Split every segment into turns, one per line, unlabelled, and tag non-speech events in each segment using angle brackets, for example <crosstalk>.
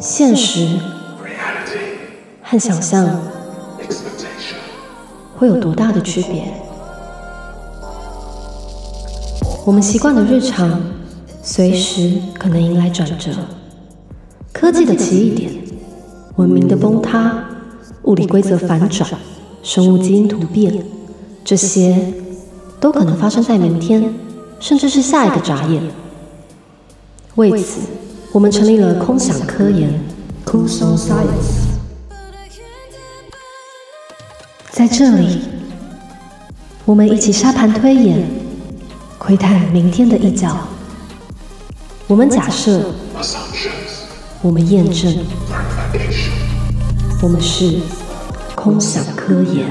现实和想象会有多大的区别？我们习惯的日常，随时可能迎来转折。科技的奇异点，文明的崩塌，物理规则反转，生物基因突变，这些都可能发生在明天，甚至是下一个眨眼。为此，我们成立了空想科研 （Cool Science）。在这里，我们一起沙盘推演，窥探明天的一角。我们假设，我们验证，我们是空想科研。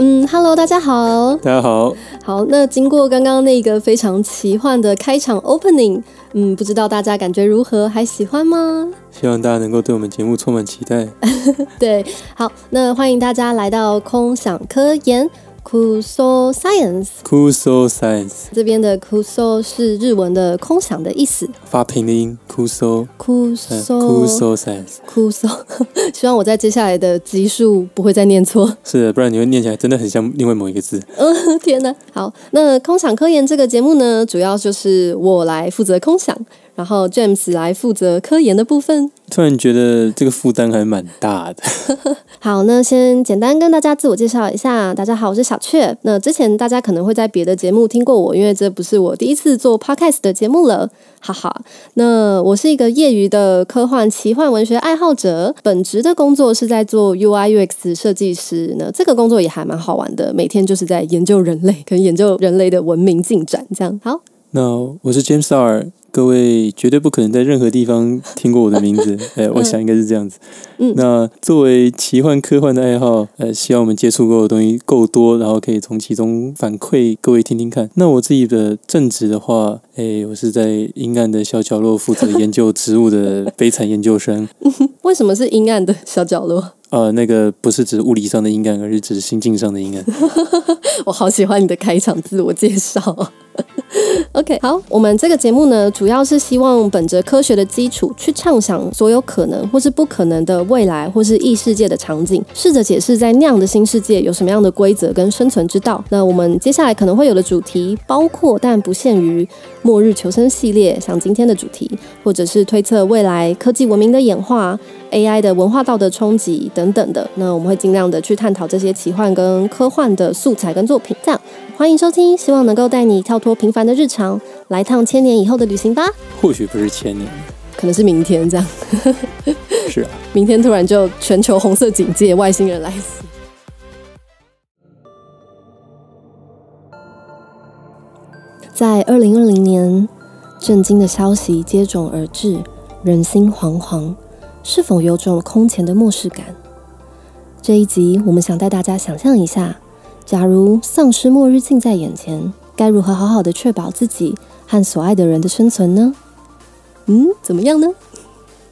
嗯，Hello，大家好。
大家好，
好，那经过刚刚那个非常奇幻的开场 opening，嗯，不知道大家感觉如何？还喜欢吗？
希望大家能够对我们节目充满期待。
对，好，那欢迎大家来到空想科研 （Kuso Science）。
Cool Soul Science
这边的 “kuso” 是日文的“空想”的意思
发平的音，Cool Soul，嗯，Cool
，“kuso”。
Soul Science
kuso，希 <laughs> 望我在接下来的集数不会再念错。
是啊的，不然你会念起来真的很像另外某一个字。
嗯， <laughs> 天哪！好，那空想科研这个节目呢，主要就是我来负责空想，然后 James 来负责科研的部分。
突然觉得这个负担还蛮大的。
好，那先简单跟大家自我介绍一下。大家好，我是小雀。那之前大家可能会在别的节目听过我，因为这不是我第一次做 podcast 的节目了，哈哈。那我是一个业余的科幻奇幻文学爱好者，本职的工作是在做 UI UX 设计师。那这个工作也还蛮好玩的，每天就是在研究人类，跟研究人类的文明进展。这样好，
那我是 James R，各位绝对不可能在任何地方听过我的名字。哎，我想应该是这样子。
嗯
那作为奇幻科幻的爱好，呃，希望我们接触过的东西够多，然后可以从其中反馈各位听听看。那我自己的正职的话，哎，我是在阴暗的小角落负责研究植物的悲惨研究生。 <laughs>
为什么是阴暗的小角落？
呃，那个不是指物理上的阴暗，而是指心境上的阴暗。
我好喜欢你的开场自我介绍 <laughs> 哦。OK，好，我们这个节目呢，主要是希望本着科学的基础，去畅想所有可能或是不可能的未来，或是异世界的场景，试着解释在那样的新世界有什么样的规则跟生存之道。那我们接下来可能会有的主题，包括但不限于末日求生系列，像今天的主题，或者是推测未来科技文明的演化、AI 的文化道德冲击等等的。那我们会尽量的去探讨这些奇幻跟科幻的素材跟作品。这样，欢迎收听，希望能够带你跳脱平凡的日常，来趟千年以后的旅行吧。
或许不是千年，
可能是明天这样，
是啊。
<laughs> 明天突然就全球红色警戒，外星人来袭。在二零二零年，震惊的消息接踵而至，人心惶惶，是否有种空前的漠视感？这一集，我们想带大家想象一下，假如丧尸末日近在眼前，该如何好好的确保自己和所爱的人的生存呢？嗯，怎么样呢？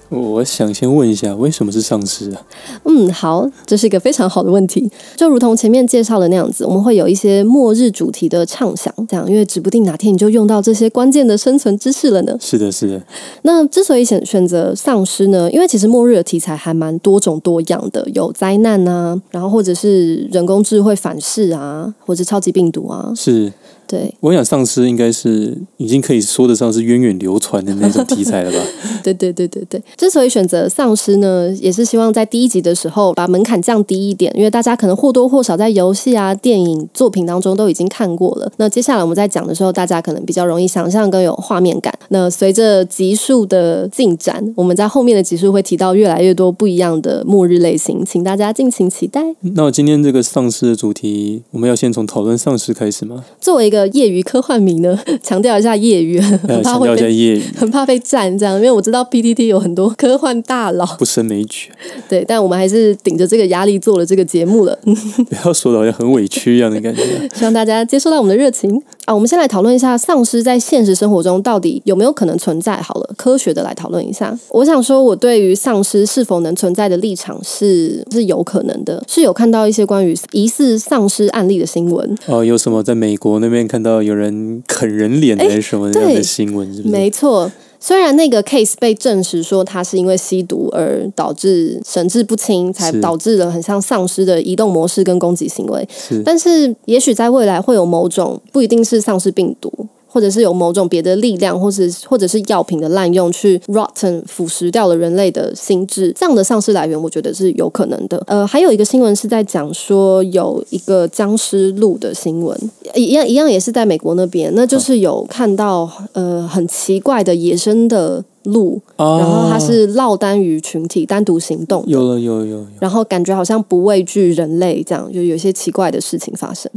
我想先问一下，为什么是丧尸啊？
嗯，好，这是一个非常好的问题。就如同前面介绍的那样子，我们会有一些末日主题的畅想，这样，因为指不定哪天你就用到这些关键的生存知识了呢。
是的，是的，
那之所以选选择丧尸呢，因为其实末日的题材还蛮多种多样的，有灾难啊，然后或者是人工智慧反噬啊，或者超级病毒啊，
是。
对
我想丧尸应该是已经可以说得上是源远流传的那种题材
<laughs>
了吧？
对对对对对。之所以选择丧尸呢，也是希望在第一集的时候把门槛降低一点，因为大家可能或多或少在游戏啊、电影作品当中都已经看过了。那接下来我们在讲的时候，大家可能比较容易想象更有画面感。那随着集数的进展，我们在后面的集数会提到越来越多不一样的末日类型，请大家敬请期待。 <laughs>
那我今天这个丧尸的主题，我们要先从讨论丧尸开始
<laughs>
吗？
作为一个业余科幻迷 <laughs> 呢，强调一下业余，
呃，
<laughs> 很怕
强
会
调一下
被。
业余，
很怕被占这样，因为我知道 PTT 有很多科幻大佬，
不胜枚举， <laughs>
对，但我们还是顶着这个压力做了这个节目了，嗯
不要说的好像很委屈一样的感觉。
<laughs> 希望大家接收到我们的热情。啊，我们先来讨论一下丧尸在现实生活中到底有没有可能存在。好了，科学的来讨论一下。我想说，我对于丧尸是否能存在的立场是是有可能的，是有看到一些关于疑似丧尸案例的新闻。
哦，有什么在美国那边看到有人啃人脸还是什么这样
哎对
的新闻？是不是？
没错，虽然那个 case 被证实说他是因为吸毒而导致神志不清，才
是
导致了很像丧尸的移动模式跟攻击行为，
是
但是也许在未来会有某种不一定是丧尸病毒。或者是有某种别的力量，或是或者是药品的滥用去 rotten 腐蚀掉了人类的心智，这样的丧尸来源，我觉得是有可能的。呃，还有一个新闻是在讲说有一个僵尸鹿的新闻，一样一样也是在美国那边，那
嗯
就是有看到呃很奇怪的野生的鹿，
哦，
然后它是落单于群体单独行动的，
有了有有有，
然后感觉好像不畏惧人类，这样就有一些奇怪的事情发生。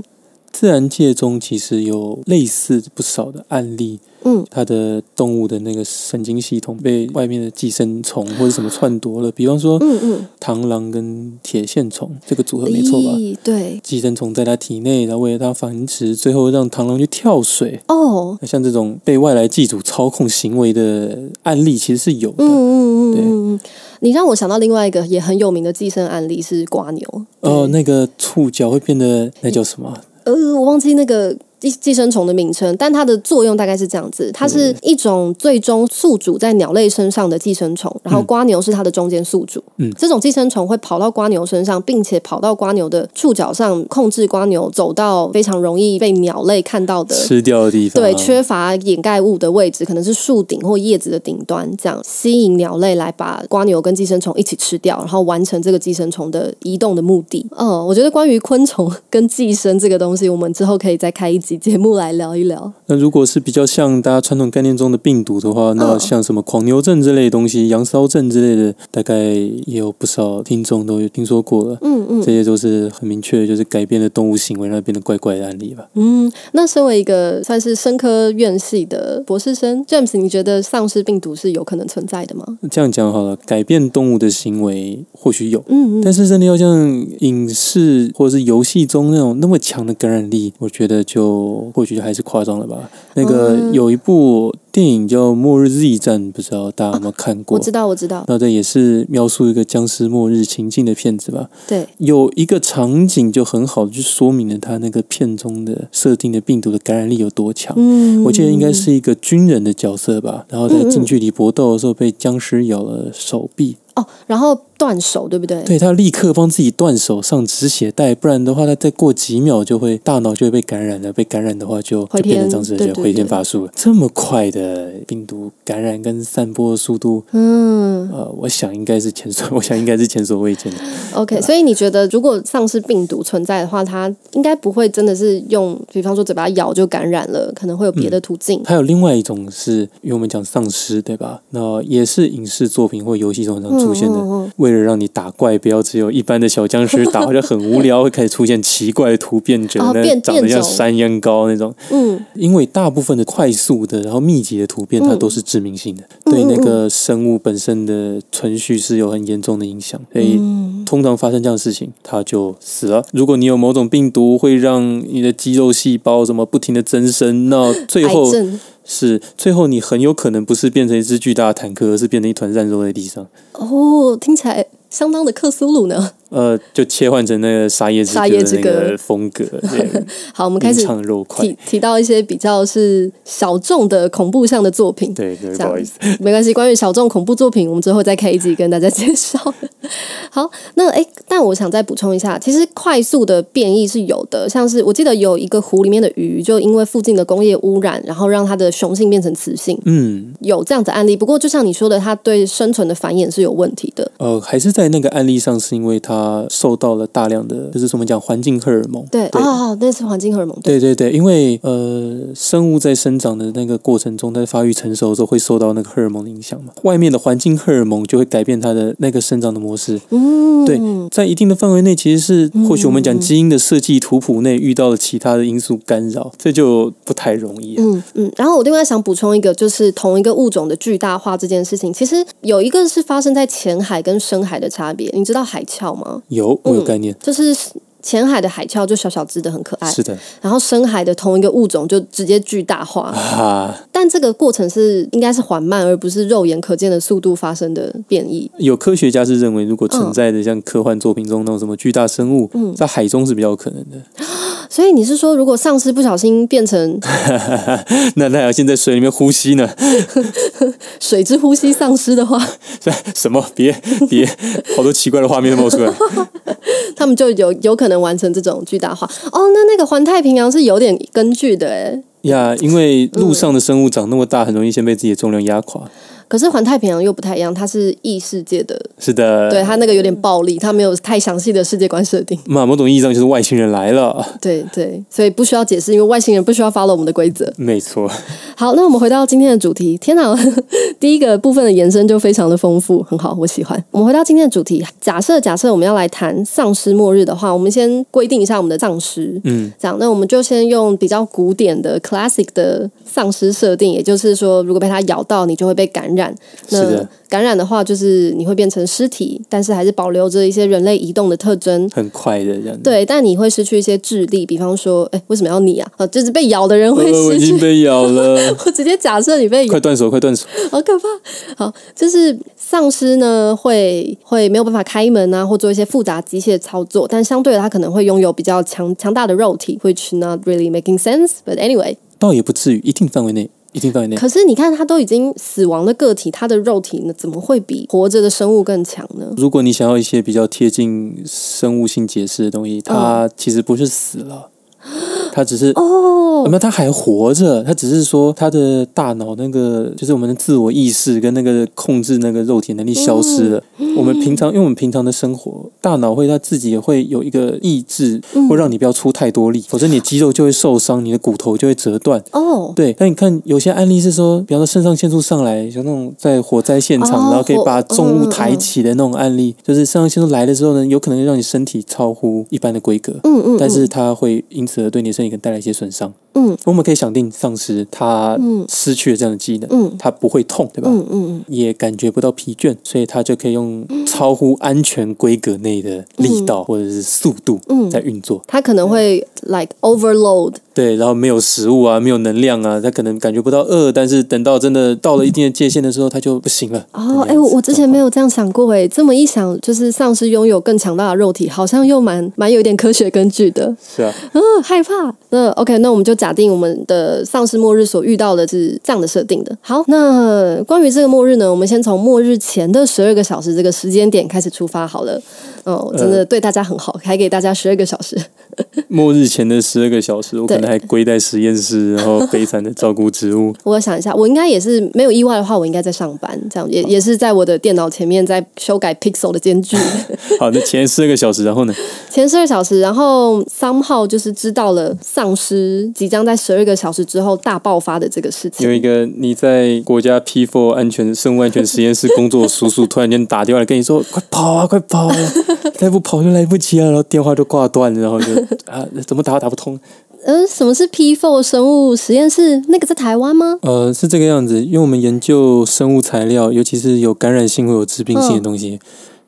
自然界中其实有类似不少的案例，
嗯，
它的动物的那个神经系统被外面的寄生虫或者什么篡夺了，比方说
嗯嗯，
螳螂跟铁线虫这个组合没错吧？
咦？对，
寄生虫在它体内，然后为了它繁殖，最后让螳螂去跳水。
哦，
那像这种被外来寄主操控行为的案例，其实是有的。
嗯嗯嗯
对
嗯嗯，你让我想到另外一个也很有名的寄生案例是瓜牛。
哦，
对
那个触角会变得那叫什么啊？
呃，我忘记那个寄寄生虫的名称，但它的作用大概是这样子：它是一种最终宿主在鸟类身上的寄生虫，然后瓜牛是它的中间宿主。
嗯
这种寄生虫会跑到瓜牛身上，并且跑到瓜牛的触角上，控制瓜牛走到非常容易被鸟类看到的
吃掉的地方。
对，缺乏掩盖物的位置，可能是树顶或叶子的顶端，这样吸引鸟类来把瓜牛跟寄生虫一起吃掉，然后完成这个寄生虫的移动的目的。嗯，我觉得关于昆虫跟寄生这个东西，我们之后可以再开一集节目来聊一聊。
那如果是比较像大家传统概念中的病毒的话，那
嗯
像什么狂牛症之类的东西、羊骚症之类的，大概也有不少听众都有听说过了。
嗯嗯
这些都是很明确，就是改变了动物行为，让它变得怪怪的案例吧。
嗯，那身为一个算是生科院系的博士生，James，你觉得丧尸病毒是有可能存在的吗？
这样讲好了，改变动物的行为或许有，
嗯嗯
但是真的要像影视或者是游戏中那种那么强的感染力，我觉得就或许还是夸张了吧。那个
嗯
有一部电影叫《末日 Z 战》，不知道大家有没有看过？
哦我知道，我知道，
那这也是描述一个僵尸末日情境的片子吧。
对，
有一个场景就很好地去说明了它那个片中的设定的病毒的感染力有多强。
嗯，
我记得应该是一个军人的角色吧，然后在近距离搏斗的时候被僵尸咬了手臂，
哦，然后断手，对不对？
对他立刻帮自己断手上止血带，不然的话他再过几秒就会大脑就会被感染了，被感染的话就
回
就
天
变成僵尸，
对
就
对
回天
对
乏术了。这么快的病毒感染跟散播的速度，
嗯，
呃，我想应该是前所， <laughs> 我想应该是前所未见的。
OK，所以你觉得如果丧尸病毒存在的话，它应该不会真的是用，比方说嘴巴咬就感染了，可能会有别的途径。
还有另外一种是，因为我们讲丧尸，对吧？那也是影视作品或游戏中常出现的。
嗯
为了让你打怪，不要只有一般的小僵尸打，好像很无聊，会开始出现奇怪的突变者，
哦
那
变
长得
变
像
种
山一样高那种。
嗯
因为大部分的快速的，然后密集的突变，它都是致命性的，
嗯
对
嗯
那个生物本身的存续是有很严重的影响。所以，
嗯
通常发生这样的事情，它就死了。如果你有某种病毒，会让你的肌肉细胞什么不停的增生，那最
癌
后
症
是最后你很有可能不是变成一只巨大的坦克，而是变成一团烂肉在地上。
哦，听起来相当的克苏鲁呢。
呃，就切换成那个沙耶之
沙耶之
歌的那
歌
个风
<laughs>
格，对，
好，我们开
吟
始
唱肉块
提，提到一些比较是小众的恐怖向的作品。
对对，
这
不
样
好意思，
<laughs> 没关系。关于小众恐怖作品，我们之后再开一集跟大家介绍。 <laughs> 好，那诶，但我想再补充一下，其实快速的变异是有的，像是我记得有一个湖里面的鱼，就因为附近的工业污染，然后让它的雄性变成雌性，
嗯，
有这样的案例。不过就像你说的，它对生存的繁衍是有问题的。
呃，还是在那个案例上，是因为它受到了大量的，就是我们讲环境荷尔蒙，
对
对
啊、那是环境荷尔蒙。对，
对对对，因为呃，生物在生长的那个过程中，在发育成熟的时候，会受到那个荷尔蒙的影响嘛。外面的环境荷尔蒙就会改变它的那个生长的模式。
嗯，
对在一定的范围内，其实是或许我们讲基因的设计图谱内遇到了其他的因素干扰，这就不太容易啊、
嗯嗯，然后我另外想补充一个，就是同一个物种的巨大化这件事情，其实有一个是发生在浅海跟深海的差别。你知道海鞘吗？
有，我有概念。
就是浅海的海鞘就小小只的很可爱，
是的
然后深海的同一个物种就直接巨大化，
啊，
但这个过程是应该是缓慢，而不是肉眼可见的速度发生的变异。
有科学家是认为，如果存在的像科幻作品中那种什么巨大生物，
嗯
在海中是比较有可能的。 <laughs>
所以你是说，如果丧尸不小心变成
那它要先在水里面呼吸呢？ <laughs>
水之呼吸丧尸的话，
什么？别
<laughs>
别，好多奇怪的画面冒出来。 <laughs>
他们就有有可能完成这种巨大化。哦，那那个环太平洋是有点根据的欸诶，
呀因为陆上的生物长那么大，很容易先被自己的重量压垮。
可是环太平洋又不太一样，它是异世界的，
是的，
对它那个有点暴力，它没有太详细的世界观设定。
嘛，某种意义上就是外星人来了，
对对，所以不需要解释，因为外星人不需要 follow 我们的规则。
没错，
好，那我们回到今天的主题。天哪， <laughs> 第一个部分的延伸就非常的丰富，很好，我喜欢。我们回到今天的主题，假设假设我们要来谈丧尸末日的话，我们先规定一下我们的丧尸。
嗯，
这样，那我们就先用比较古典的 classic 的丧尸设定，也就是说，如果被它咬到，你就会被感染。
是
那
的
感染的话，就是你会变成尸体，但是还是保留着一些人类移动的特征。
很快的这样子。
对，但你会失去一些智力，比方说，哎，为什么要你啊？啊，就是被咬的人会
呃，我
失
已
去。
经被咬了，
我直接假设你被咬
<laughs> 快，断手，快断手！
好可怕。好，就是丧尸呢会会没有办法开门啊，或做一些复杂机械操作，但相对的，它可能会拥有比较强强大的肉体，which not really making sense。But anyway，
倒也不至于，一定范围内，一定范围内。
可是你看，它都已经死亡的个体，它的肉体呢，怎么会比活着的生物更强呢？
如果你想要一些比较贴近生物性解释的东西，它其实不是死了，它只是
哦，
那他还活着，他只是说他的大脑那个，就是我们的自我意识跟那个控制那个肉体能力消失了。我们平常，因为我们平常的生活，大脑会他自己也会有一个抑制，会让你不要出太多力，否则你的肌肉就会受伤，你的骨头就会折断。
哦。
对，但你看有些案例是说，比方说肾上腺素上来，有那种在火灾现
哦
场，然后可以
火
把重
嗯
物
嗯
抬
嗯
起的那种案例，就是肾上腺素来了之后呢，有可能让你身体超乎一般的规格。
嗯嗯，
但
嗯
是它会因此而对你的身体可能带来一些损伤。
嗯，
我们可以想定丧尸它
嗯
失去了这样的技能，
嗯
它不会痛，对吧？
嗯嗯
也感觉不到疲倦，所以它就可以用超乎安全规格内的力道或者是速度
嗯
在运作。
它可能会 like overload
对，然后没有食物啊，没有能量啊，它可能感觉不到饿，但是等到真的到了一定的界限的时候，它就不行了。
哦，
哎、
哎、我我之前没有这样想过哎，这么一想，就是丧尸拥有更强大的肉体，好像又蛮蛮有一点科学根据的。
是啊，
嗯、害怕。那 OK，那我们就假定我们的丧尸末日所遇到的是这样的设定的。好，那关于这个末日呢，我们先从末日前的十二个小时这个时间点开始出发好了。哦，真的对大家很好，还给大家十二个小时。 <laughs>
末日前的十二个小时，我可
对
能还归在实验室，然后悲惨的照顾植物。
我想一下，我应该也是没有意外的话，我应该在上班，这样也也是在我的电脑前面在修改 pixel 的间距。
<laughs> 好，那前十二个小时，然后呢？
前十二小时，然后 somehow 就是知道了丧尸即将在十二个小时之后大爆发的这个事
有
情。
一个你在国家 P4 安全生物安全实验室工作的叔叔，突然间打电话来跟你说：“快跑啊，快跑啊！ <laughs> 再不跑就来不及了。”然后电话就挂断，然后就啊，怎么打都打不通。
呃，什么是 P4 生物实验室？那个在台湾吗？
呃，是这个样子，因为我们研究生物材料，尤其是有感染性或有致病性的东西。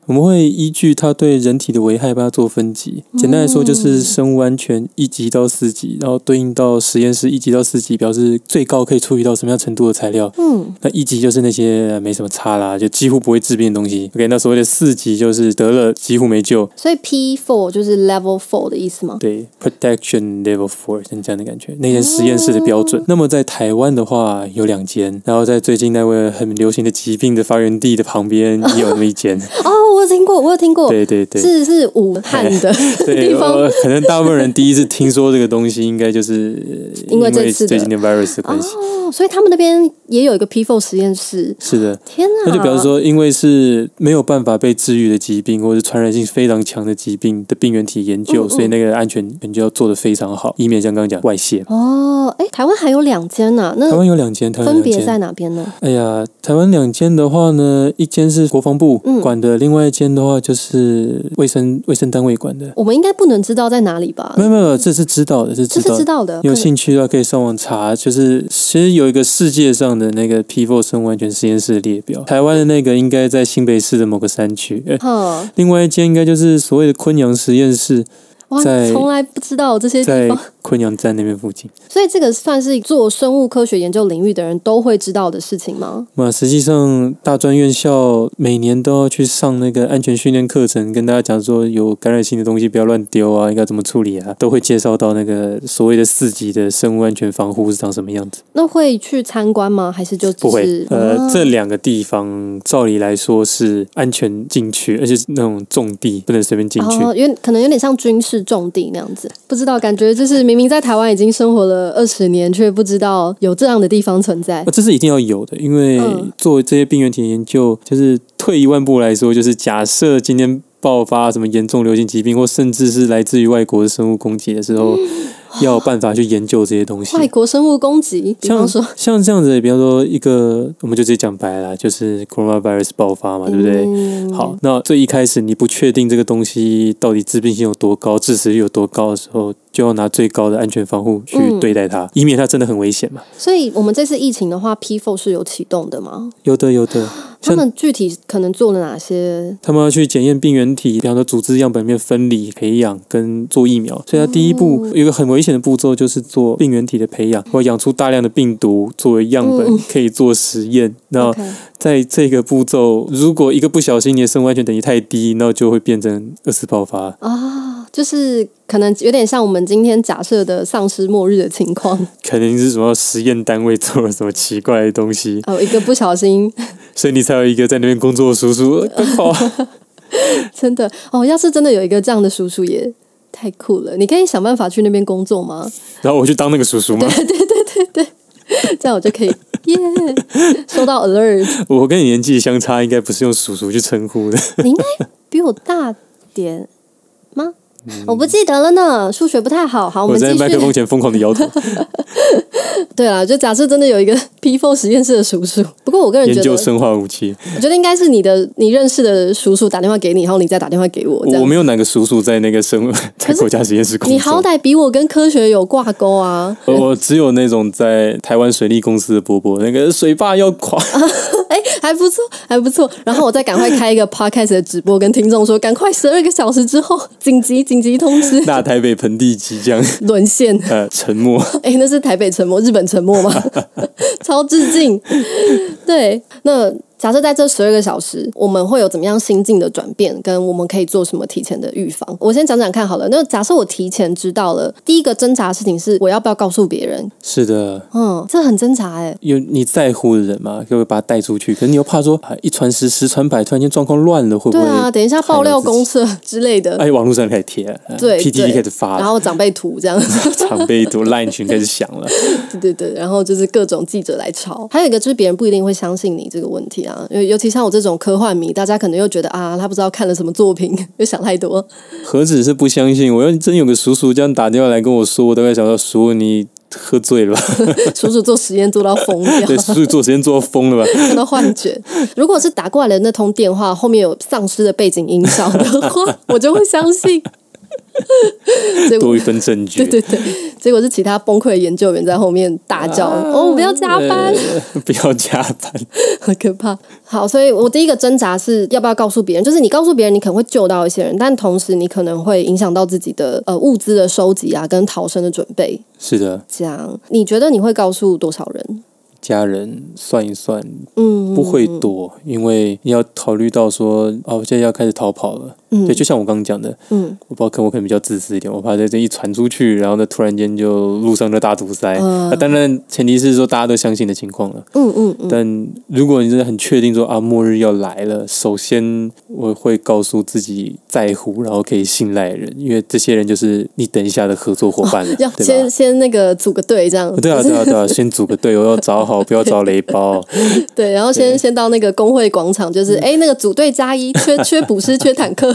我们会依据它对人体的危害，把它做分级。简单来说，就是生物安全一级到四级，然后对应到实验室一级到四级，表示最高可以处理到什么样程度的材料。
嗯，
那一级就是那些呃没什么差啦，就几乎不会治病的东西。OK，那所谓的四级就是得了几乎没救，
所以 P4 就是 Level Four 的意思吗？
对，protection level four 像这样的感觉，那间实验室的标
哦
准。那么在台湾的话有两间，然后在最近那位很流行的疾病的发源地的旁边也有那么一间。
哦，我有听过，我有听过，
对对对。
是是武汉的
<laughs> 对，
地方
我可能大部分人第一次听说这个东西，应该就是呃
<laughs> 因
因
为
为
这次的
最近的 virus 的关系。
哦，所以他们那边也有一个 P4 实验室。
是的，
天啊哪！
那就表示说，因为是没有办法被治愈的疾病，或者传染性非常强的疾病的病原体研
嗯
究，所以那个安全研究要做得非常好，以免像刚刚讲外泄。
哦，哎，台湾还有两间呢、
台
那
湾有两间，台湾有
分
两
别
间
在哪边呢？
哎呀，台湾两间的话呢，一间是国防部
嗯
管的，另外一间的话就是卫生卫生单位管的。
我们应该不能知道在哪里吧
没？有没有，这是知道的，这是
哦这
知
是
道
知
的。
道的，
有
可能
兴趣的话可以上网查，就是其实有一个世界上的那个 P4 生物安全实验室的列表，台湾的那个应该在新北市的某个山区，呃
哈，
另外一间应该就是所谓的昆阳实验室，
哇，
在
从来不知道这些地
在
方，
昆阳站那边附近。
所以这个算是做生物科学研究领域的人都会知道的事情吗？
那实际上，大专院校每年都要去上那个安全训练课程，跟大家讲说有感染性的东西不要乱丢啊，应该怎么处理啊，都会介绍到那个所谓的四级的生物安全防护是长什么样子。
那会去参观吗？还是就只
不会
是，
呃，
啊
这两个地方照理来说是安全禁区，而且是那种重地，不能随便进去。
哦，有点可能有点像军事重地那样子，不知道，感觉就是明明在台湾已经生活了二十年，却不知道有这样的地方存在
啊，。这是一定要有的，因为
嗯
做这些病原体研究，就是退一万步来说，就是假设今天爆发什么严重流行疾病，或甚至是来自于外国的生物攻击的时候，要有办法去研究这些东西。
嗯外国生物攻击，比
像
方说，
像这样子，比方说一个，我们就直接讲白了啦，就是 coronavirus 爆发嘛，对不对？
嗯
好，，那最一开始你不确定这个东西到底致病性有多高、致死率有多高的时候，就要拿最高的安全防护去
嗯
对待它，以免它真的很危险嘛。
所以我们这次疫情的话，P4 是有启动的吗？
有的，有的。
他
像
们具体可能做了哪些？
他们要去检验病原体，比方说组织样本里面分离、培养跟做疫苗。所以它第一
哦
步有一个很危险的步骤，就是做病原体的培养，或养出大量的病毒作为样本
嗯
可以做实验。那
OK，
在这个步骤，如果一个不小心你的生物安全等级太低，那就会变成二次爆发。
啊，就是可能有点像我们今天假设的丧尸末日的情况，
可能是什么实验单位做了什么奇怪的东西，
哦，一个不小心
所以你才有一个在那边工作的叔叔，呃快跑啊！
<laughs> 真的哦，要是真的有一个这样的叔叔也太酷了。你可以想办法去那边工作吗？ <laughs>
然后我去当那个叔叔嘛。
这样我就可以耶收到 alert。
我跟你年纪相差，应该不是用叔叔去称呼的。
你应该比我大点吗？我不记得了呢，数学不太好。好，我
嗯我
们继
在麦克风
续。
前疯狂的摇头。
对啊，就假设真的有一个 <laughs> P4 实验室的叔叔，不过我个人
<laughs> 研
觉得，
究生化武器，
我觉得应该是你的你认识的叔叔打电话给你，然后你再打电话给我，这
我我
样。
没有哪个叔叔在那个生 <laughs> 物在国家实验室工作。
你好歹比我跟科学有挂钩啊！
我我只有那种在台湾水利公司的伯伯，那个水坝要垮，
<laughs> 哎、还不错，还不错。然后我再赶快开一个 podcast 的直播，跟听众说，赶快十二个小时之后，紧急紧急通知，
大台北盆地即将 <laughs>
沦陷。
呃沉没。
哎、那是台北沉没，日本沉没吗？超致敬。对，那假设在这十二个小时，我们会有怎么样心境的转变，跟我们可以做什么提前的预防？我先讲讲看好了。那假设我提前知道了，第一个挣扎的事情是我要不要告诉别人？
是的，
嗯，这很挣扎哎、
有你在乎的人嘛，就会把他带出去。可是你又怕说，啊、一传十，十传百，突然间状况乱了，会不
对
会？
啊，等一下爆料公社之类的，
哎，网络上开始贴，呃
对对
，PTT 开始发
然
了，
后长辈图这样。
<laughs> 长辈
<laughs>
读 Line 群开始响了。
对对对，然后就是各种记者来抄，还有一个就是别人不一定会相信你这个问题啊，尤尤其像我这种科幻迷，大家可能又觉得啊，他不知道看了什么作品，又想太多。 <laughs>
何止是不相信，我要真有个叔叔这样打电话来跟我说，我大概想到叔你喝
<laughs>
醉了吧？
叔叔做实验做到疯
对，
掉，
叔叔做实验做到疯了吧？
看到幻觉。如果是打过来的那通电话后面有丧尸的背景音效的话， <laughs> 我就会相
<laughs>
信。结果
多一份证据。
对对对，结果是其他崩溃的研究员在后面大叫：“
啊
哦，不要加班！”
呃 <laughs> 不要加班。
很可怕。好，所以我第一个挣扎是要不要告诉别人，就是你告诉别人，你可能会救到一些人，但同时你可能会影响到自己的呃物资的收集啊，跟逃生的准备。
是的，
这样，你觉得你会告诉多少人？
家人算一算
嗯，
不会多，因为你要考虑到说，哦，我现在要开始逃跑了。
嗯
对，就像我刚刚讲的，
嗯
我不知道，可能我可能比较自私一点，我怕在这一传出去，然后呢，突然间就路上就大堵塞。
嗯
啊当然，前提是说大家都相信的情况了。
嗯嗯嗯，
但如果你真的很确定说啊，末日要来了，首先我会告诉自己在乎，然后可以信赖的人，因为这些人就是你等一下的合作伙伴了，
哦要
对吧
先？先那个组个队这样，
对啊，
就是
对啊，
<laughs>
对啊，先组个队，我要找好，不要找雷包。
对，然后先
对嗯
先到那个工会广场，就是哎、诶那个组队加一，缺缺补师，缺坦克。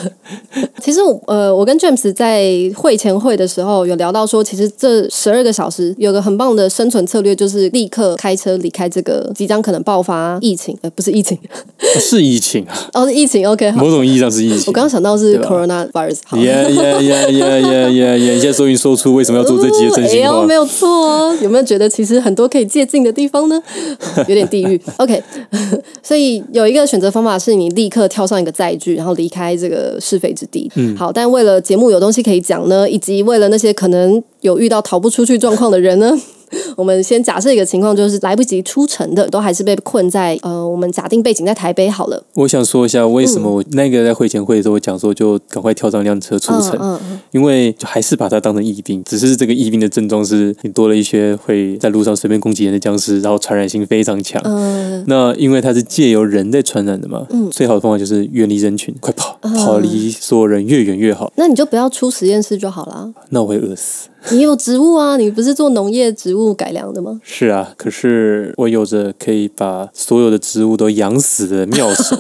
<laughs> 其实我呃，我跟 James 在会前会的时候有聊到说，其实这十二个小时有个很棒的生存策略，就是立刻开车离开这个即将可能爆发疫情，呃，不是疫情， <laughs>
是疫情啊，
哦，是疫情。OK，好，
某种意义上是疫情。
我刚刚想到是
对吧
coronavirus，好。
耶耶耶耶耶耶耶！你现在终于说出为什么要做这集的真心
哎呦
话
没。有错哦。有没有觉得其实很多可以借鉴的地方呢？ <laughs> 有点地狱。OK，所以有一个选择方法是你立刻跳上一个载具，然后离开这个个是非之地。
嗯
好，但为了节目有东西可以讲呢，以及为了那些可能有遇到逃不出去状况的人呢。 <laughs> 我们先假设一个情况，就是来不及出城的，都还是被困在呃，我们假定背景在台北好了。
我想说一下，为什么
嗯
我那个在会前会的时候，我讲说就赶快跳上辆车出城，
嗯嗯
因为就还是把它当成疫病，只是这个疫病的症状是你多了一些会在路上随便攻击人的僵尸，然后传染性非常强。
嗯
那因为它是借由人在传染的嘛，最好的方法就是远离人群，快跑，跑离所有人越远越好。
那你就不要出实验室就好啦。
那我会饿死。
你有植物啊，你不是做农业植物改良的吗？
是啊，可是我有着可以把所有的植物都养死的妙手，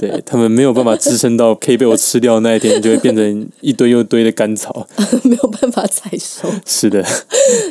对他们没有办法支撑到可以被我吃掉的那一天，就会变成一堆又一堆的干草。
<laughs> 没有办法采收。
是的，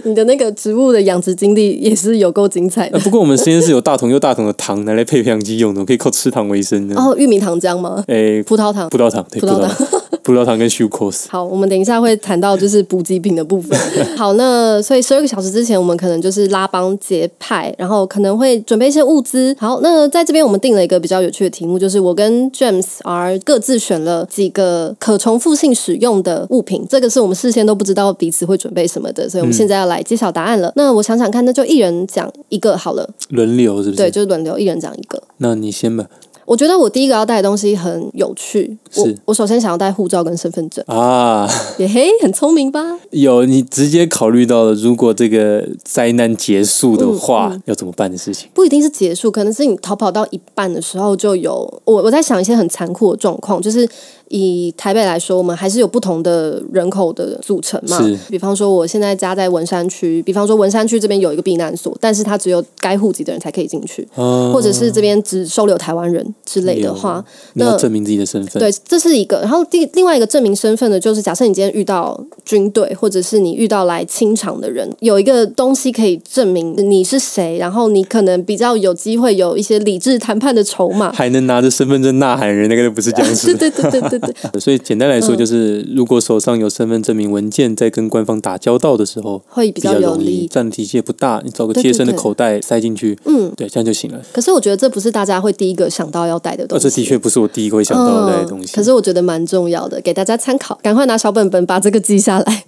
你的那个植物的养殖经历也是有够精彩
呃
的。
<laughs> 不过我们实验室有大桶又大桶的糖拿来配培养基用的，我可以靠吃糖为生的。
哦，玉米糖浆吗？
诶、
葡萄糖
葡。萄糖，对，
葡
葡
萄
萄
糖
糖，
<laughs>
葡萄糖跟 s u c r o s
好，我们等一下会谈到就是补给品的部分。好，那所以十二个小时之前，我们可能就是拉帮结派，然后可能会准备一些物资。好，那在这边我们定了一个比较有趣的题目，就是我跟 James R 各自选了几个可重复性使用的物品，这个是我们事先都不知道彼此会准备什么的，所以我们现在要来揭晓答案了。那我想想看，那就一人讲一个好了，
轮流是不是？
对，就是轮流一人讲一个。
那你先吧。
我觉得我第一个要带的东西很有趣，我
是
我首先想要带护照跟身份证，
啊， <laughs>
也嘿，很聪明吧？
有你直接考虑到了，如果这个灾难结束的话，
嗯
要怎么办的事情？
不一定是结束，可能是你逃跑到一半的时候就有我我在想一些很残酷的状况，就是以台北来说，我们还是有不同的人口的组成嘛
是。
比方说我现在家在文山区，比方说文山区这边有一个避难所，但是它只有该户籍的人才可以进去，
啊，
或者是这边只收留台湾人之类的话，
你要
那
证明自己的身份。。
对，这是一个。然后第另外一个证明身份的，就是假设你今天遇到军队，或者是你遇到来清场的人，有一个东西可以证明你是谁，然后你可能比较有机会有一些理智谈判的筹码
<laughs> 还能拿着身份证呐喊人，那个就不是僵
<laughs> 对
尸。
对对对对对，
所以简单来
嗯
说，就是如果手上有身份证明文件，在跟官方打交道的时候。
会比
比
较
较
有
容易，
利。
占体积也不大，你找个
对
贴身的
对对
口袋塞进去，
嗯，
对，这样就行了。
可是我觉得这不是大家会第一个想到要带的
呃，
东西。
这的 <laughs> 确不是我第一个会想到的那些东西。
嗯可是我觉得蛮重要的，给大家参考。赶快拿小本本把这个记下来。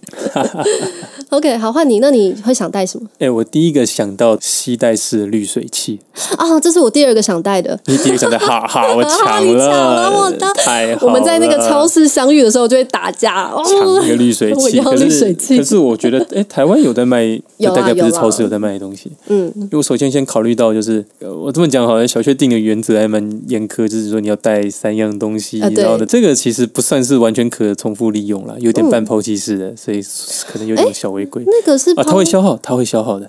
OK，好，换你。那你会想带什么？
哎、我第一个想到吸带式的滤水器，
啊、这是我第二个想带的。
你第一个想到，哈哈，我
<laughs>
抢
你
了，
抢了我的
太好
我们在那个
了
超市相遇的时候就会打架，哦，
抢那个滤水
<laughs> 我
器，
要
可是
滤水器
可是
<laughs>
我觉得，哎、台湾有在卖，
有啦
大概不
有
是
啦
超市有在卖的东西。
嗯，
因为我首先先考虑到，就是、呃、我这么讲好像小确定的原则还蛮严苛，就是说你要带三样东西，
啊对
然后呢，这个其实不算是完全可重复利用啦，有
嗯
点半抛弃式的，所以可能有点小违规、
那个是
啊，它会
抛
消耗，它会消耗的，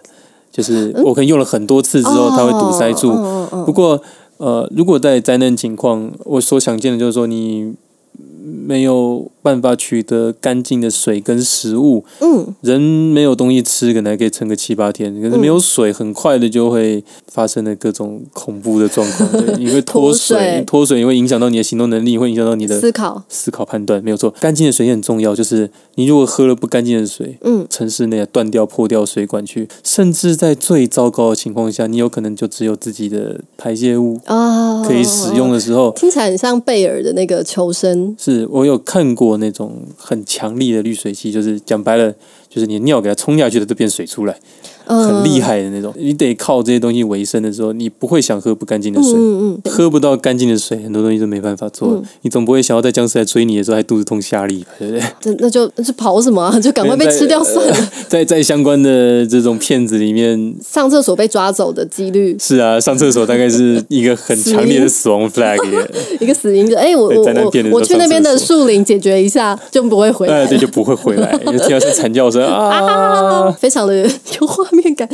就是我可能用了很多次之后，
哦
它会堵塞住。
嗯嗯
不过呃，如果在灾难情况，我所想见的就是说你没有办法取得干净的水跟食物，
嗯，
人没有东西吃，可能还可以撑个七八天，可是没
嗯
有水，很快的就会发生了各种恐怖的状况，
<laughs>
对，你会脱
脱水
水，脱水会影响到你的行动能力，会影响到你
嗯
的
思考，
思考判断，没有错。干净的水也很重要，就是你如果喝了不干净的水，
嗯，
城市内啊断掉、破掉水管去，甚至在最糟糕的情况下，你有可能就只有自己的排泄物
啊，
可以使用，的时候。
听起来很像贝尔的那个求生，
是我有看过那种很强力的滤水器，就是讲白了，就是你的尿给它冲下去的，都变水出来，
嗯，
很厉，害的那种。你得靠这些东西为生的时候，你不会想喝不干净的
嗯
水，
嗯嗯，
喝不到干净的水，很多东西都没办法做。你总不会想要在僵尸来追你的时候还肚子痛下痢吧，对不对？
这那就那就跑什么啊， <laughs> 就赶快被吃掉算了。
<laughs> 在呃在相关的这种片子里面，
<laughs> 上厕所被抓走的几率，
是啊，上厕所大概是一个很强烈的死亡 flag 耶。
一个死因就哎，我
对
我
灾难片的时
我
候
我去那边的
上厕
树林解决一下，就不会回来
哎，
了
对，。就不会回来，就听到是惨叫声啊！
非常的 <laughs> 有画面感。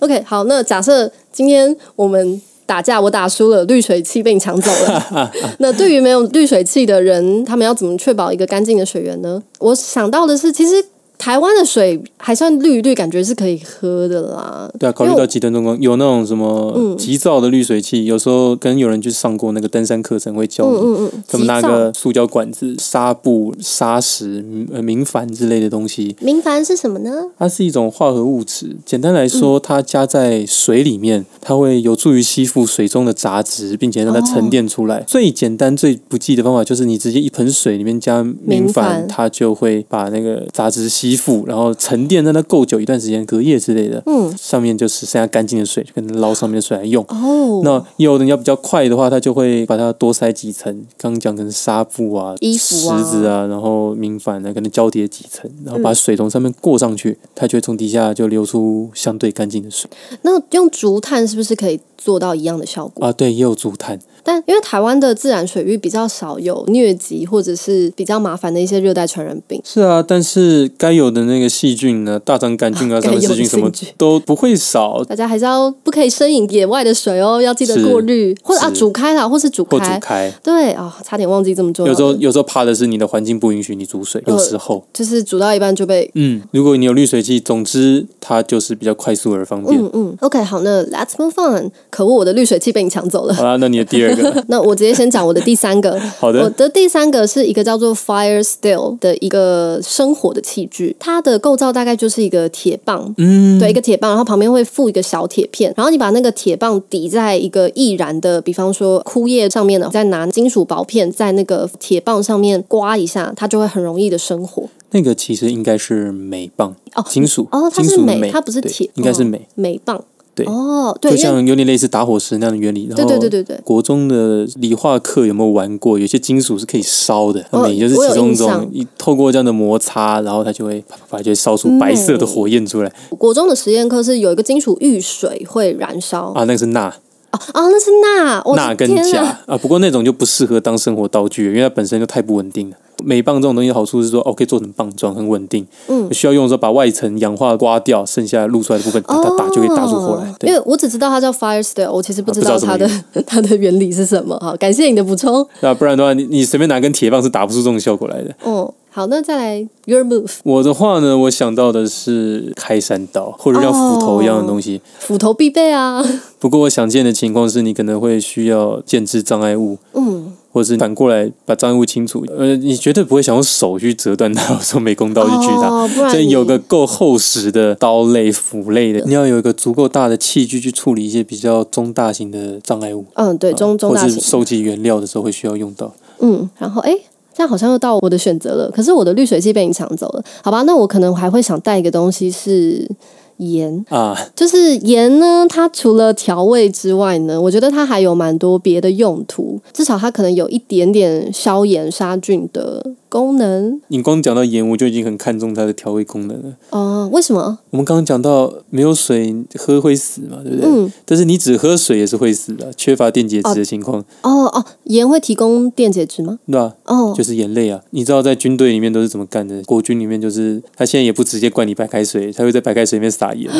OK，好，那假设今天我们打架，我打输了，滤水器被你抢走
<laughs>
了。那对于没有滤水器的人，他们要怎么确保一个干净的水源呢？我想到的是，其实。台湾的水还算绿绿，感觉是可以喝的啦。
对啊，考虑到极端状况，有那种什
嗯
么急躁的滤水器，有时候跟有人去上过那个登山课程，会教
嗯
你
嗯嗯，
怎么拿
急躁
个塑胶管子、纱布、砂石、嗯呃明矾之类的东西。
明矾是什么呢？
它是一种化合物质，简单来说，它加在水里面，它会有助于吸附水中的杂质，并且让它沉淀出来。最简单、最不济的方法就是你直接一盆水里面加明
明
矾，
矾
它就会把那个杂质吸附，然后沉淀，让它够久一段时间，隔夜之类的，
嗯，
上面就是剩下干净的水，就跟捞上面的水来用。
哦，
那有的人要比较快的话，他就会把它多塞几层，刚刚讲可能纱布啊、
衣服啊
石子啊，嗯然后明矾啊，可能交叠几层，然后把水从上面过上去，它就会从底下就流出相对干净的水
那用竹炭是不是可以做到一样的效果？
啊。对，也有竹炭，
但因为台湾的自然水域比较少有疟疾或者是比较麻烦的一些热带传染病，
是啊，但是该有的那个细菌呢，大肠杆 <laughs> 菌啊、
该
上
有
面
的
细菌什么
细菌
都不会少，
大家还是要不可以生饮野外的水哦，要记得
是
过滤，或者啊
是
煮开啦，或是煮
或
开。
煮开。
对啊、差点忘记这么重要
有时候，
的。
有时候怕的是你的环境不允许你煮水，有时候。
就是煮到一半就被。
嗯，如果你有滤水器，总之它就是比较快速而方便。
嗯嗯，OK，好，那 Let's move on。可恶，我的滤水器被你抢走了。
<laughs> 好啦，那你的第二 <laughs> 个，
那我直接先讲我的第三个，
<laughs> 好的
我的第三个是一个叫做 Fire Steel 的一个生火的器具，它的构造大概就是一个铁棒。
嗯，
对，一个铁棒，然后旁边会附一个小铁片，然后你把那个铁棒抵在一个易燃的，比方说枯叶上面呢，再拿金属薄片在那个铁棒上面刮一下，它就会很容易的生火。
那个其实应该是镁棒
哦
金属
哦，它
金
是
属的
镁，它不是
对
铁，
应该是
哦
镁，
镁棒。
对
哦，对，
就
因为
像有点类似打火石那样的原理。然
对
后
对对对对
国中的理化课有没有玩过？有些金属是可以烧的，
哦
镁就是
我
其
有
中一
印
种
象，
一透过这样的摩擦，然后它就会啪啪啪就会烧出白色的火焰出来
国中的实验课是有一个金属遇水会燃烧
啊，那个是钠，
哦哦，那是钠，我的
钠跟
天啊
钾啊。不过那种就不适合当生活道具，因为它本身就太不稳定了。镁棒这种东西的好处是说，哦，可以做成棒状，很稳定。嗯，需要用的时候把外层氧化刮掉，剩下露出来的部分，打打打就可以打出火来
哦。
对
因为我只知道它叫 fire steel，我其实不知
啊
道
不知道
它的
什
<laughs> 它的原理是什么。好，感谢你的补充。
那啊不然的话，你你随便拿根铁棒是打不出这种效果来的。
哦，好，那再来 your move
我的话呢，我想到的是开山刀或者像斧头一样的东西。
斧头必备啊。
不过我想见的情况是你可能会需要建制障碍物，
嗯，
或是反过来把障碍物清除。呃，你绝对不会想用手去折断它，或 <laughs> 者用美工刀去锯它。
哦，不然
所以
你
有个够厚实的刀类、斧类的，你要有一个足够大的器具去处理一些比较中大型的障碍物，
嗯，对中中
呃或
大
是
型，
收集原料的时候会需要用到。
嗯，然后哎。诶这样好像又到我的选择了，可是我的滤水器被你抢走了，好吧？那我可能还会想带一个东西是盐，
啊，
就是盐呢，它除了调味之外呢，我觉得它还有蛮多别的用途，至少它可能有一点点消炎杀菌的功能
你光讲到盐，我就已经很看重它的调味功能了。
哦、为什么？
我们刚刚讲到没有水喝会死嘛，对不对？
嗯，
但是你只喝水也是会死的，缺乏电解质的情况，
哦哦，盐会提供电解质吗？
对吧？
哦，
就是眼泪啊！你知道在军队里面都是怎么干的？国军里面就是他现在也不直接灌你白开水，他会在白开水里面撒盐，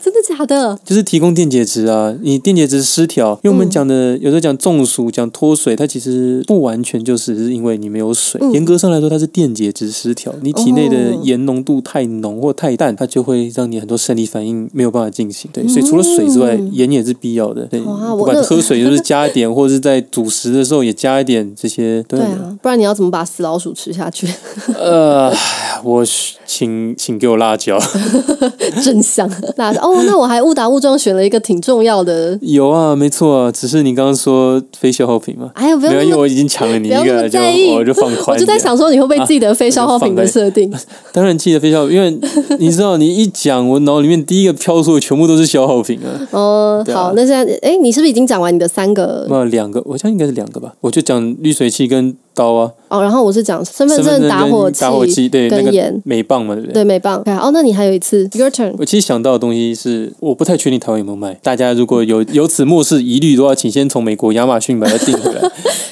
真的假的？
就是提供电解质啊。你电解质失调，因为我
嗯
们讲的、有时候讲中暑、讲脱水，它其实不完全就是是因为你没有水。
嗯
严格上来说，它是电解质失调，你体内的
哦
盐浓度太浓或太淡，它就会让你很多生理反应没有办法进行。对，所以除了水之外，
嗯
盐也是必要的。对，
哇
不
我
管
那
喝水就是加
<laughs>
一点，或者是在主食的时候也加一点这些。对
对啊，不然你要怎么把死老鼠吃下去？
呃，我请请给我辣椒。 <laughs>
真香！那哦，那我还误打误撞选了一个挺重要的。
有啊，没错啊，只是你刚刚说非消耗品嘛，
哎呀，不
没
要
有，
那
因为
么，
我已经抢了你
不要
一
那
个，
么
就
在意
<laughs> 我就放宽。
我就在，想说你会不会记得非消耗品
啊
的设定？
当然记得非消耗，因为你知道，你一讲，我脑里面第一个飘出的全部都是消耗品啊。 <laughs>
哦，
对啊
好，那现在哎，你是不是已经讲完你的三个
那两个，我想应该是两个吧，我就讲滤水器跟刀啊，
哦，然后我是讲身份
身份
证、
证
打
跟
火
打火机，对，那
跟盐
个，镁棒嘛，对不对？
对，没棒。对啊哦，那你还有一次，your turn。
我其实想到的东西是，我不太确定台湾有没有卖。大家如果有有此漠视疑虑的话，请先从美国亚马逊把它订回 <laughs> 来。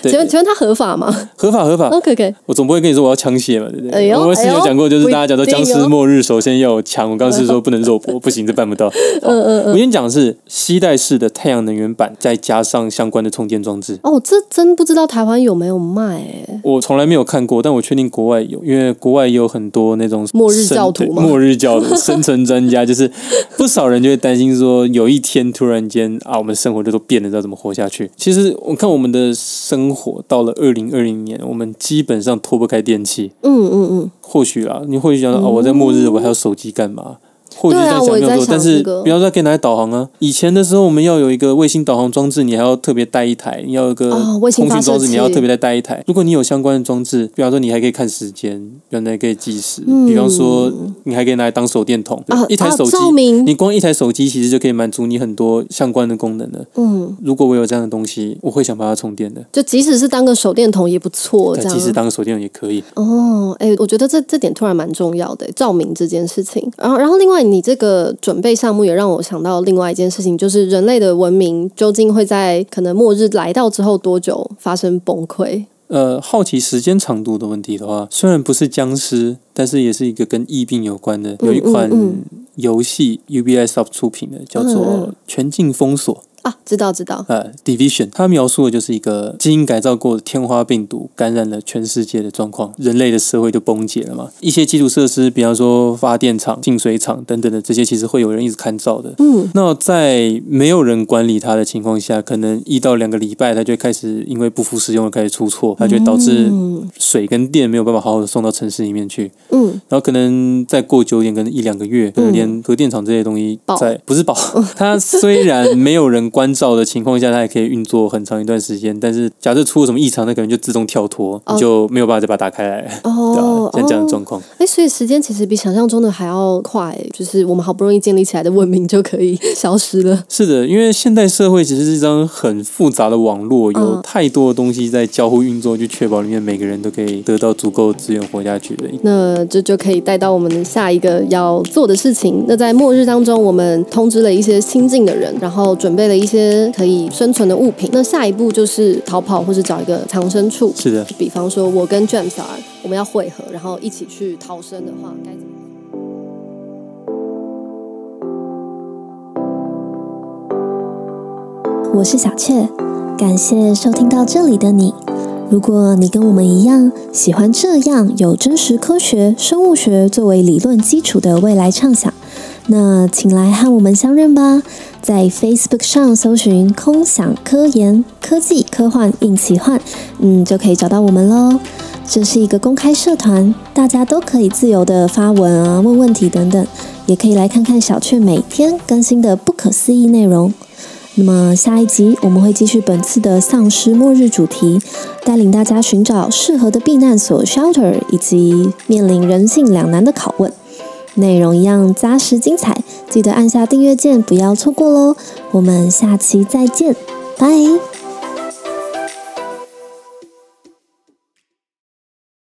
对啊
请问，请问它合法吗哦
合法合法，
？OK OK，
我总不会跟你说我要枪械嘛，对不
哎
对？
呦
我们之前有讲过，就是
哎呦
大家讲说僵
不一定
尸
哦
末日，首先要有枪。我刚刚是
<laughs>
说不能肉搏，不行，这办不到。嗯嗯我先讲的是吸带式的太阳能源板，再加上相关的充电装置。
哦，我这真不知道台湾有没有卖、耶。
我从来没有看过，但我确定国外有，因为国外也有很多那种
末日教徒
深
吗
末日教
<laughs>
徒、生存专家，就是不少人就会担心说，有一天突然间啊，我们生活就都变了，知道怎么活下去？其实我看我们的生活到了二零二零年，我们基本上脱不开电器。
嗯嗯嗯，
或许啊，你或许想到、哦，我在末日，我还有手机干嘛？或许
对
这
啊
样想
我
没
也在
有错，
想
但是
这个
不要再给拿来导航啊！以前的时候，我们要有一个卫星导航装置，你还要特别带一台，你要有一个
哦卫星
通
发
讯
射
装置，你要
器
特别再带一台。如果你有相关的装置，比方说你还可以看时间，比方你还可以计时，比方说你还可以拿来当手电筒，
嗯啊
一台
啊
手机。
照明，
你光一台手机其实就可以满足你很多相关的功能了。
嗯，
如果我有这样的东西，我会想把它充电的。
就即使是当个手电筒也不错，这
但
样
即。使当个手电筒也可以。
哦，哎、我觉得这这点突然蛮重要的，照明这件事情。然后，然后另外你这个准备项目也让我想到另外一件事情，就是人类的文明究竟会在可能末日来到之后多久发生崩溃？
呃，好奇时间长度的问题的话，虽然不是僵尸，但是也是一个跟疫病有关的，有一款
嗯
游戏 Ubisoft 出品的，叫
嗯
做
嗯
《全境封锁》。
啊，知道知道，
呃，Division，它描述的就是一个基因改造过的天花病毒感染了全世界的状况，人类的社会就崩解了嘛。一些基础设施，比方说发电厂、净水厂等等的，这些其实会有人一直看照的。
嗯，
那在没有人管理它的情况下，可能一到两个礼拜，它就会开始因为不敷使用而开始出错，它就会导致
嗯
水跟电没有办法好好的送到城市里面去。
嗯，
然后可能再过久一点，可能一两个月，可能连核电厂这些东西
爆
在不是
<laughs>
保，它虽然没有人关照的情况下，它也可以运作很长一段时间。但是假设出了什么异常，它可能就自动跳脱，
哦
你就没有办法再把它打开来。对
哦，，
啊 <laughs> 像这样的
哦，
状况，
哎、所以时间其实比想象中的还要快、就是我们好不容易建立起来的文明就可以 <laughs> 消失了。
是的，因为现代社会其实是一张很复杂的网络，有
嗯
太多的东西在交互运作，去确保里面每个人都可以得到足够的资源活下去的。
那这就可以带到我们下一个要做的事情。那在末日当中，我们通知了一些新进的人，然后准备了一些可以生存的物品。那下一步就是逃跑或是找一个藏身处。
是的，
比方说，我跟 James 啊，我们要汇合，然后一起去逃生的话，该怎么？
我是小雀，感谢收听到这里的你。如果你跟我们一样喜欢这样有真实科学、生物学作为理论基础的未来畅想，那请来和我们相认吧。在 Facebook 上搜寻“空想科研科技科幻硬奇幻”，嗯，就可以找到我们喽。这是一个公开社团，大家都可以自由的发文啊、问问题等等，也可以来看看小雀每天更新的不可思议内容。那么下一集我们会继续本次的丧尸末日主题，带领大家寻找适合的避难所 shelter，以及面临人性两难的拷问。内容一样扎实精彩，记得按下订阅键，不要错过喽！我们下期再见，拜。